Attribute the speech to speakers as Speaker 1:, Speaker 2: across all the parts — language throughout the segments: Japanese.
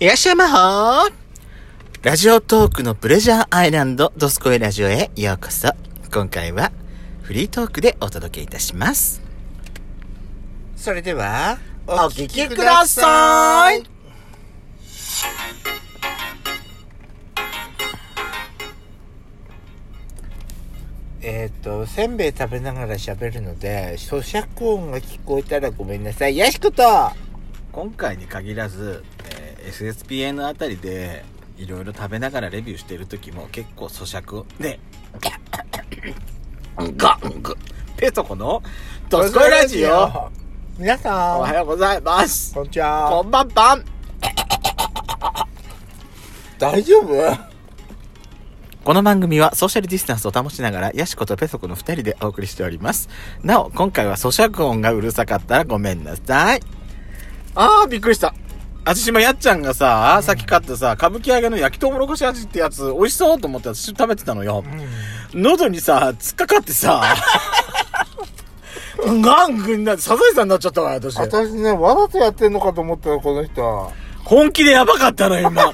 Speaker 1: いらっしゃいまほーラジオトークのプレジャーアイランドドスコイラジオへようこそ。今回はフリートークでお届けいたします。それでは、お聞きください
Speaker 2: えっ、と、せんべい食べながら喋るので、咀嚼音が聞こえたらごめんなさい。やしこと
Speaker 1: 今回に限らず、えー SSPN あたりでいろいろ食べながらレビューしてる時も結構咀嚼をでガンガンペトコの「ドスコイラジオ
Speaker 2: 皆」さん、
Speaker 1: おはようございます
Speaker 2: こんにち
Speaker 1: こ
Speaker 2: は。
Speaker 1: んばんばん
Speaker 2: 大丈夫
Speaker 1: この番組はソーシャルディスタンスを保ちながらヤシコとペソコの2人でお送りしておりますなお今回は咀嚼音がうるさかったらごめんなさいあーびっくりした私もやっちゃんがさ、さっき買ったさ、歌舞伎揚げの焼きとうもろこし味ってやつ、美味しそうと思って私食べてたのよ。喉にさ、突っかかってさ、ガングになって、サザエさんになっちゃったわ、私。
Speaker 2: 私ね、わざとやってんのかと思ったよ、この人。
Speaker 1: 本気でやばかったの、今。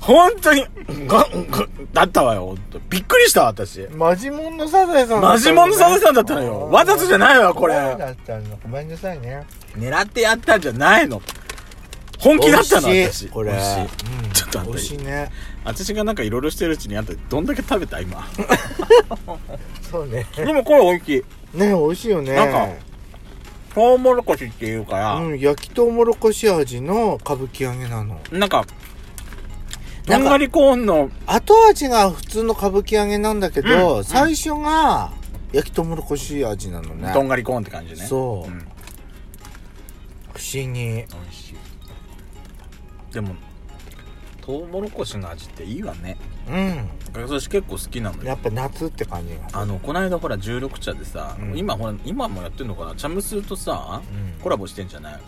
Speaker 1: 本当に、ガング、だったわよ、本当びっくりした、私。
Speaker 2: マジモンのサザエさんだったのね
Speaker 1: マジモンのサザエさんだったのよ。わざとじゃないわ、これ。
Speaker 2: そうだったの。ごめんなさいね。
Speaker 1: 狙ってやったんじゃないの。本気だったの、
Speaker 2: 美味し
Speaker 1: 私。
Speaker 2: いこれ
Speaker 1: 美味しい
Speaker 2: うん
Speaker 1: ちょっとあんた
Speaker 2: 美味しいね。
Speaker 1: 私がなんかいろいろしてるうちにあんたどんだけ食べた今
Speaker 2: そうね。
Speaker 1: でもこれ美味しい
Speaker 2: ね、美味しいよね。
Speaker 1: なんかトウモロコシっていうから、
Speaker 2: うん、焼きとうもろこし味の歌舞伎揚げなの。
Speaker 1: なんかと
Speaker 2: なんんか
Speaker 1: がりコーンの
Speaker 2: 後味が普通の歌舞伎揚げなんだけど、最初が焼きとうもろこし味なのね
Speaker 1: とんがりコーンって感じね
Speaker 2: そう、
Speaker 1: ん、
Speaker 2: 不思議
Speaker 1: 美味しいでもトウモロコシの味っていいわね
Speaker 2: うん
Speaker 1: 私結構好きなのよ
Speaker 2: やっぱ夏って感じが
Speaker 1: あのこないだほら十六茶でさ、
Speaker 2: うん
Speaker 1: 今ほら今もやってんのかなチャムスーとさ、
Speaker 2: うん
Speaker 1: コラボしてんじゃない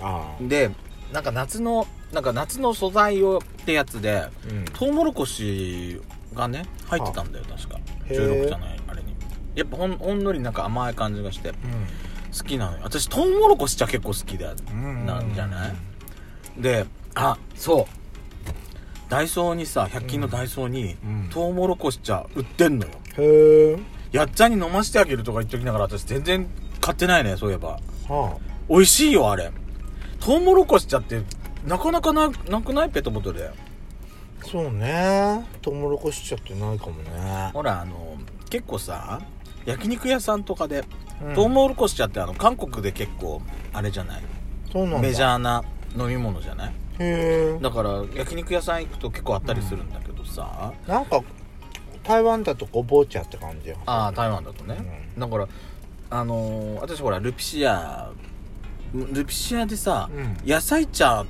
Speaker 2: ああ
Speaker 1: でなんか夏のなんか夏の素材をってやつで
Speaker 2: うん
Speaker 1: トウモロコシがね入ってたんだよ確か
Speaker 2: へー
Speaker 1: 16じゃないあれにやっぱほんほんのりなんか甘い感じがして
Speaker 2: うん
Speaker 1: 好きなのよ私トウモロコシ茶結構好きだ
Speaker 2: ん
Speaker 1: なんじゃないであそうダイソーにさ100均のダイソーに、
Speaker 2: うん
Speaker 1: トウモロコシ茶売ってんのよ
Speaker 2: へえ
Speaker 1: やっちゃんに飲ませてあげるとか言っときながら私全然買ってないねそういえば
Speaker 2: は
Speaker 1: 美味しいよあれトウモロコシ茶ってなかなかななくないペットボトルで
Speaker 2: あそうねとうもろこしちゃってないかもね
Speaker 1: ほらあの結構さ焼肉屋さんとかで、
Speaker 2: うん
Speaker 1: トウモロコシ茶ってあの韓国で結構あれじゃない
Speaker 2: そうなんだ
Speaker 1: メジャーな飲み物じゃない
Speaker 2: へえ
Speaker 1: だから焼肉屋さん行くと結構あったりするんだけどさ、
Speaker 2: なんか台湾だとごぼう茶って感じよ
Speaker 1: ああ台湾だとね、だからあのー私ほらルピシアルピシアでさ、
Speaker 2: うん
Speaker 1: 野菜茶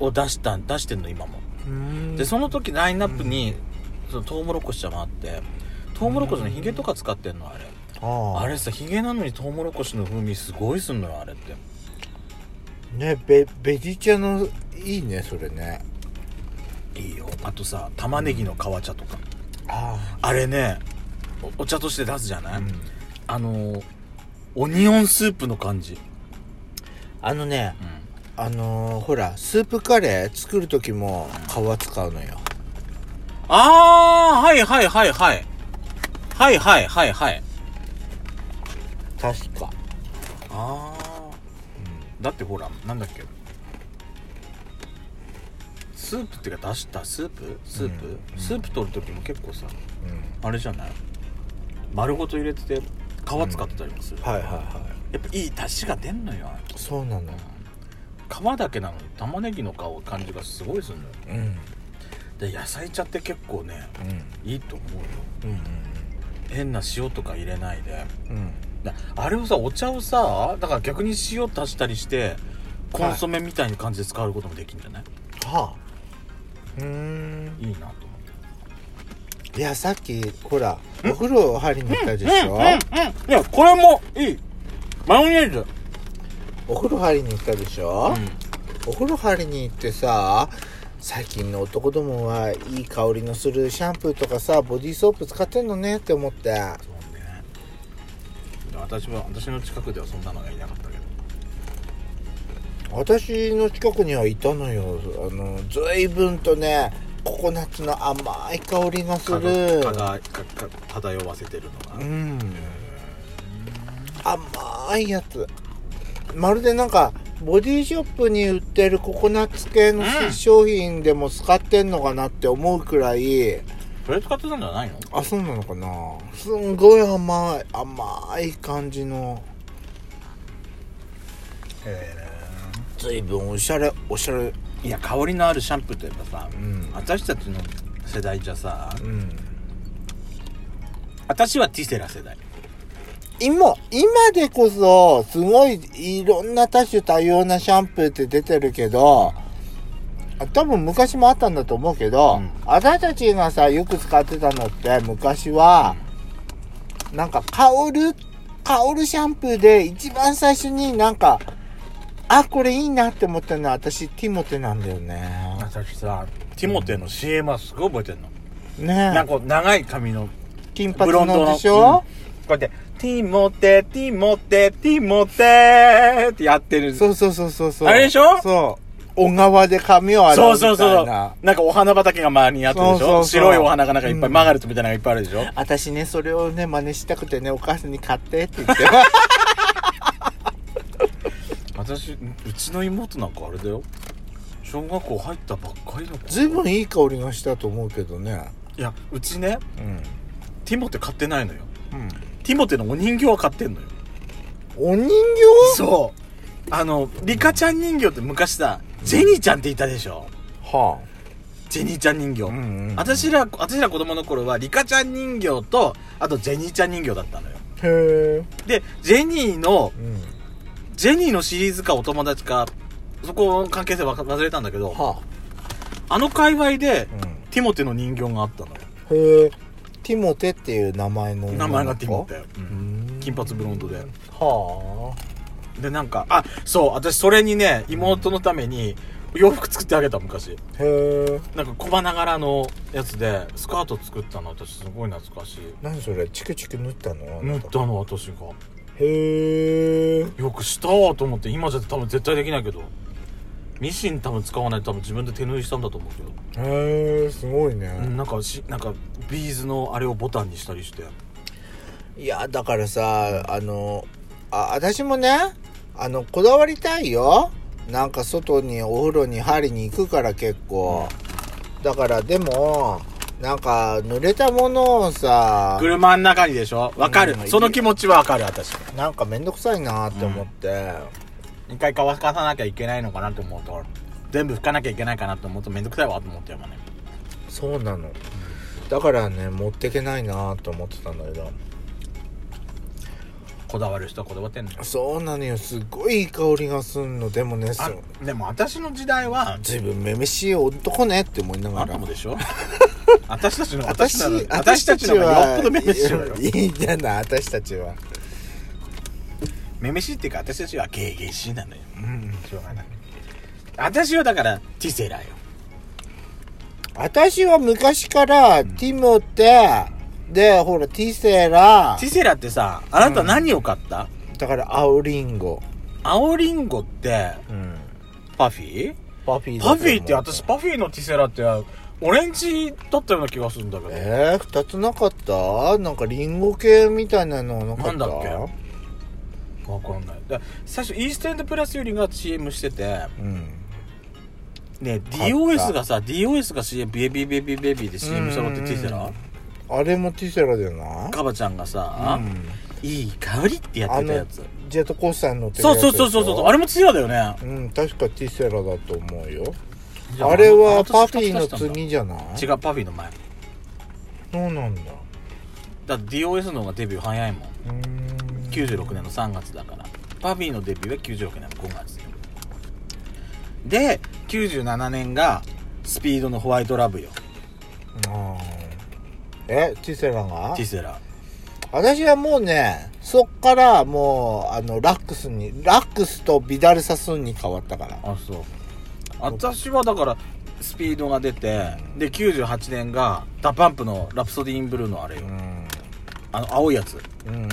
Speaker 1: を出した出してんの今も
Speaker 2: うん
Speaker 1: でその時ラインナップに、そのトウモロコシ茶もあってトウモロコシのヒゲとか使ってんのあれ、
Speaker 2: あ
Speaker 1: あ
Speaker 2: あ
Speaker 1: れさヒゲなのにトウモロコシの風味すごいすんのよあれって
Speaker 2: ねベベジ茶のいいねそれね
Speaker 1: いいよあとさ玉ねぎの皮茶とか、
Speaker 2: あ
Speaker 1: あれねおお茶として出すじゃない、
Speaker 2: あうん
Speaker 1: あのーオニオンスープの感じ、
Speaker 2: あのねあのーほらスープカレー作る時も皮使うのよ
Speaker 1: ああはいはいはいはいはいはいはいはい
Speaker 2: 確か
Speaker 1: ああ、だってほらなんだっけスープっていうか出したスープスープ、スープ取る時も結構さ
Speaker 2: うん
Speaker 1: あれじゃない丸ごと入れてて皮使ってたりもする、
Speaker 2: はいはいは
Speaker 1: やっぱいい出汁が出んのよ
Speaker 2: いそうなの
Speaker 1: 皮だけなのに玉ねぎの顔感じがすごいするのよ
Speaker 2: うんうん
Speaker 1: で野菜茶って結構ねいいと思うよ
Speaker 2: うん
Speaker 1: 変な塩とか入れないで
Speaker 2: うん
Speaker 1: なあれをさお茶をさだから逆に塩足したりしてコンソメみたいな感じで使うこともできるんじゃない、
Speaker 2: はあうーん
Speaker 1: い、いなと思って
Speaker 2: いやさっきほらお風呂入りに行ったでしょ
Speaker 1: うんいやこれもいいマヨネーズ
Speaker 2: お風呂入りに行ったでしょお風呂入りに行ってさ最近の男どもはいい香りのするシャンプーとかさボディーソープ使ってんのねって思って
Speaker 1: そうね私は私の近くではそんなのがいなかったけど
Speaker 2: 私の近くにはいたのよあの随分とねココナッツの甘い香りがす
Speaker 1: か
Speaker 2: る
Speaker 1: がかがか漂わせてるのが、
Speaker 2: うん甘いやつまるでなんかボディショップに売ってるココナッツ系の
Speaker 1: うん
Speaker 2: 商品でも使ってんのかなって思うくらい、
Speaker 1: それ使ってたんじゃないの
Speaker 2: あそうなのかなすんごい甘い甘い感じのずいぶんおしゃれおしゃれ
Speaker 1: いや香りのあるシャンプーといえばさ、
Speaker 2: ん
Speaker 1: 私たちの世代じゃさ
Speaker 2: うん
Speaker 1: 私はティセラ世代
Speaker 2: 今今でこそすごいいろんな多種多様なシャンプーって出てるけどあ多分昔もあったんだと思うけど、
Speaker 1: うん
Speaker 2: 私たちがさよく使ってたのって昔は、なんか香る香るシャンプーで一番最初になんかあこれいいなって思ったのは私ティモテなんだよね
Speaker 1: 私さティモテーの CM はすごい覚えてるの、なん
Speaker 2: ね
Speaker 1: かこう長い髪の
Speaker 2: 金
Speaker 1: ブ
Speaker 2: 髪
Speaker 1: ロンド
Speaker 2: の
Speaker 1: の
Speaker 2: でしょ、
Speaker 1: うんこうやってティモテティモテティモテってやってる
Speaker 2: そうそうそうそうそう
Speaker 1: あれでしょ
Speaker 2: そう小川で髪を洗う
Speaker 1: そ
Speaker 2: み
Speaker 1: う
Speaker 2: た
Speaker 1: そ
Speaker 2: いな
Speaker 1: うそうなんかお花畑が周りにあってるでしょ
Speaker 2: そうそうそう
Speaker 1: 白いお花がなんかいっぱい
Speaker 2: うん
Speaker 1: マガレットみたいなのがいっぱいあるでしょ、
Speaker 2: 私ねそれをね真似したくてねお母さんに買ってって言って
Speaker 1: 私うちの妹なんかあれだよ小学校入ったばっかりの子
Speaker 2: ずいぶんいい香りがしたと思うけどね
Speaker 1: いやうちね
Speaker 2: うん、
Speaker 1: ティモテ買ってないのよティモテのお人形は買ってんのよ
Speaker 2: お人形
Speaker 1: そうあのリカちゃん人形って昔さジェニーちゃんっていたでしょ
Speaker 2: は
Speaker 1: ジェニーちゃん人形、
Speaker 2: あ、ん
Speaker 1: 私ら私ら子供の頃はリカちゃん人形とあとジェニーちゃん人形だったのよ
Speaker 2: へえ、
Speaker 1: でジェニーの
Speaker 2: うん、
Speaker 1: ジェニーのシリーズかお友達かそこの関係性わか忘れたんだけど
Speaker 2: は
Speaker 1: あの界隈で
Speaker 2: あ、うん、
Speaker 1: ティモテの人形があったのよ
Speaker 2: へえティモテっていう名前の
Speaker 1: 名前がティモテ、う
Speaker 2: うんん
Speaker 1: 金髪ブロンドで
Speaker 2: は
Speaker 1: でなんかあそう私それにね妹のために洋服作ってあげた昔
Speaker 2: あへえ
Speaker 1: なんか小花柄のやつでスカート作ったの私すごい懐かしい
Speaker 2: 何それチクチク縫ったの
Speaker 1: 縫ったの私が
Speaker 2: へえ
Speaker 1: よくしたわと思って今じゃ多分絶対できないけどミシン多分使わないと多分自分で手縫いしたんだと思うけど、
Speaker 2: へえすごいね、
Speaker 1: うん、なんかしなんかビーズのあれをボタンにしたりして
Speaker 2: いやだからさあのあ私もねあのこだわりたいよなんか外にお風呂に入りに行くから結構だからでもなんか濡れたものをさ
Speaker 1: 車の中にでしょわかる、
Speaker 2: うん
Speaker 1: その気持ちはわかる私
Speaker 2: なんかめんどくさいなって思って、
Speaker 1: 一回乾かさなきゃいけないのかなと思うと全部拭かなきゃいけないかなと思うとめんどくさいわと思ってやまね
Speaker 2: そうなのだからね持ってけないなと思ってたんだけど
Speaker 1: こだわる人はこだわってんの
Speaker 2: そうなのよすっごいいい香りがすんのでもね
Speaker 1: あ
Speaker 2: そう
Speaker 1: でも私の時代は
Speaker 2: 随分めめしい男ねって思いな
Speaker 1: あ
Speaker 2: が
Speaker 1: ん
Speaker 2: ら
Speaker 1: たもでしょ私たちの私
Speaker 2: 私
Speaker 1: なの私たちの方がよっぽどめめしいわよ
Speaker 2: いいんじゃない私たちは
Speaker 1: めめしいっていうか私たちはゲーゲーしいなのよ
Speaker 2: うん
Speaker 1: しょうがない私はだからティセラよ
Speaker 2: 私は昔からティモテでほらティセラ
Speaker 1: ティセラってさあなた何を買った、
Speaker 2: だから青リンゴ
Speaker 1: 青リンゴって
Speaker 2: うん
Speaker 1: パフィー
Speaker 2: パフィーだと
Speaker 1: パ
Speaker 2: 思
Speaker 1: フ
Speaker 2: う
Speaker 1: ィーって私パフィーのティセラってオレンジだったような気がするんだけど、
Speaker 2: えー、2つなかったなんかリンゴ系みたいなのなかっ
Speaker 1: な
Speaker 2: た
Speaker 1: んだっけわかんないだ最初イーストエンドプラスよりが CM してて
Speaker 2: うん
Speaker 1: ね
Speaker 2: た
Speaker 1: DOS がさ DOS が CM ベビーベビーベビーで CM したのってティセラ
Speaker 2: あれもティセラじゃない
Speaker 1: カバちゃんがさ、
Speaker 2: うん
Speaker 1: いい香りってやってたやつ
Speaker 2: ジェットコースターに乗ってる
Speaker 1: そ
Speaker 2: や
Speaker 1: う
Speaker 2: つ
Speaker 1: そうそうそうそうあれもティセラだよね
Speaker 2: ううん確かティセラだと思うよあれはパフィーの次じゃない
Speaker 1: 違うパフィーの前
Speaker 2: そうなんだ
Speaker 1: だって DOS の方がデビュー早いもん
Speaker 2: うーん
Speaker 1: 96年の3月だからパフィーのデビューは96年の5月で97年がスピードのホワイトラブよ
Speaker 2: あーえティセラが
Speaker 1: ティセラ
Speaker 2: 私はもうねそっからもうあのラックスにラックスとビダルサスンに変わったから
Speaker 1: あそう私はだからスピードが出てで98年がダパンプの「ラプソディー・イン・ブルー」のあれよ
Speaker 2: ん
Speaker 1: あの青いやつ
Speaker 2: うん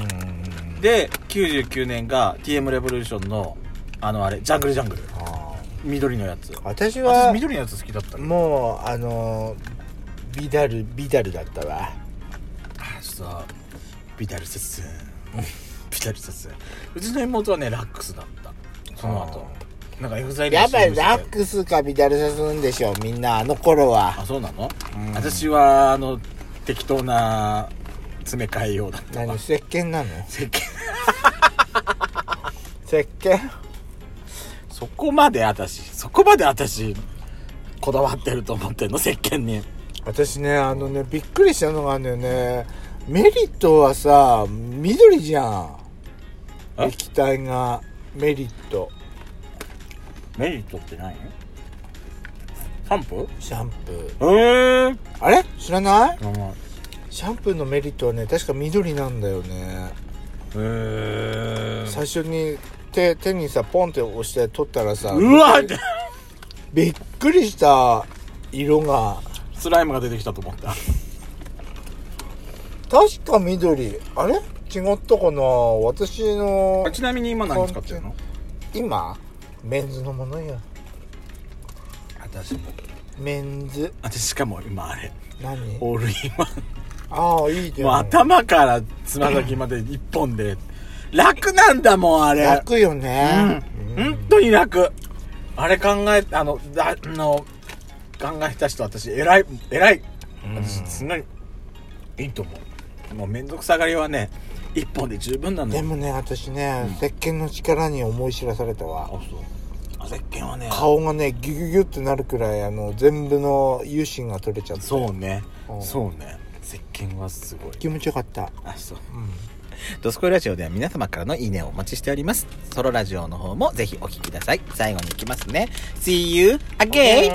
Speaker 1: で99年が TM レボリューションのあのあれジャングルジャングル
Speaker 2: あ
Speaker 1: 緑のやつ
Speaker 2: 私は
Speaker 1: 私緑のやつ好きだったの
Speaker 2: もうあのビダルビダルだったわ
Speaker 1: あさビダルセス ビダルセスうちの妹はねラックスだったその後なんか F 材
Speaker 2: やっぱりラックスかビダルセスんでしょみんなあの頃は
Speaker 1: あそうなの、
Speaker 2: うん
Speaker 1: 私はあの適当な詰め替えようだったわ
Speaker 2: 何石鹸なの
Speaker 1: 石鹸
Speaker 2: 石鹸
Speaker 1: そこまで私そこまで私こだわってると思ってんの石鹸に
Speaker 2: 私ねあのねびっくりしたのがあるんだよねメリットはさ緑じゃん
Speaker 1: え
Speaker 2: 液体がメリット
Speaker 1: メリットって何シャンプー
Speaker 2: シャンプー
Speaker 1: ええ
Speaker 2: あれ知らない
Speaker 1: ー、
Speaker 2: シャンプーのメリットはね確か緑なんだよね
Speaker 1: えー、
Speaker 2: 最初に手手にさポンって押して取ったらさ
Speaker 1: うわ
Speaker 2: びっくりびっくりした色が
Speaker 1: スライムが出てきたと思った
Speaker 2: 確か緑あれ違ったかな私の
Speaker 1: あちなみに今何使ってるの
Speaker 2: 今メンズのものよ
Speaker 1: 私も
Speaker 2: メンズ
Speaker 1: 私しかも今あれ
Speaker 2: 何
Speaker 1: オールインワ
Speaker 2: ああいいけ
Speaker 1: ン
Speaker 2: ど
Speaker 1: もう頭からつま先まで一本で楽なんだもんあれ
Speaker 2: 楽よ
Speaker 1: うん
Speaker 2: ね、
Speaker 1: 本当に楽あれ考えあのだあの考えた人私偉い偉い私すごいいいと思うもう面倒くさがりはね一本で十分なの
Speaker 2: で
Speaker 1: よ
Speaker 2: もね私ね、石鹸の力に思い知らされた
Speaker 1: あ
Speaker 2: わ
Speaker 1: そうあ石鹸はね
Speaker 2: 顔がねギュギュギュってなるくらいあの全部の油脂が取れちゃって
Speaker 1: そうね
Speaker 2: うん
Speaker 1: そうね石鹸はすごい
Speaker 2: 気持ちよかった
Speaker 1: あそう
Speaker 2: うん
Speaker 1: ドスコイラジオでは皆様からのいいねをお待ちしておりますソロラジオの方もぜひお聞きください最後に行きますね See you again!